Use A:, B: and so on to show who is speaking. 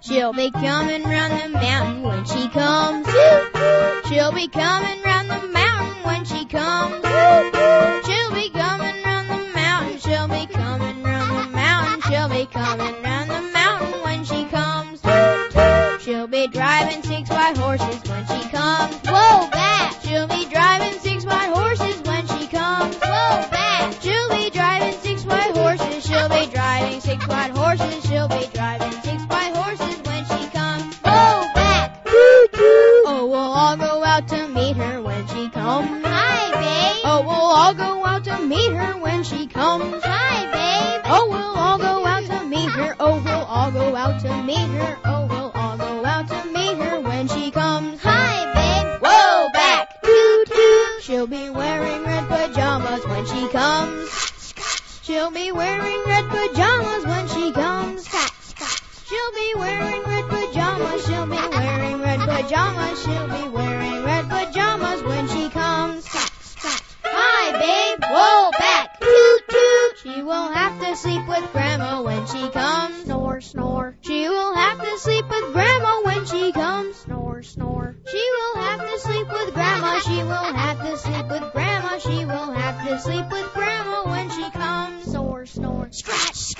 A: She'll be coming round the mountain when she comes. She'll be coming round the mountain when she comes. She'll be coming round the mountain. She'll be coming round the mountain. She'll be coming round the mountain when she comes. She'll be driving six white horses when she comes. Whoa, back! She'll be driving six white horses when she comes. Whoa, back! She'll be driving six white horses. She'll be driving six white horses. She'll be driving six white horses when she comes. Whoa, back! Oh, we'll all go out to meet her when she comes.
B: Hi, babe.
A: Oh, we'll all go out to meet her when she comes.
B: Hi, babe.
A: Oh, we'll all go out to meet her. Oh, we'll all go out to meet her. Oh, we'll all go out to meet her when she comes.
B: Hi, babe.
A: Whoa, back.
B: Toot toot.
A: She'll be wearing red pajamas when she comes. She'll be wearing red pajamas when she comes. She'll be wearing red pajamas. She'll be wearing red pajamas. She'll be wearing red pajamas when she comes.
B: Hi, babe.
A: Whoa, back.
B: Toot toot.
A: She will have to sleep with Grandma when she comes. Snore, snore. She will have to sleep with Grandma when she comes. Snore, snore. She will have to sleep with Grandma. She will have to sleep with Grandma. She will have to sleep with Grandma when she comes. Snore, snore. Scratch,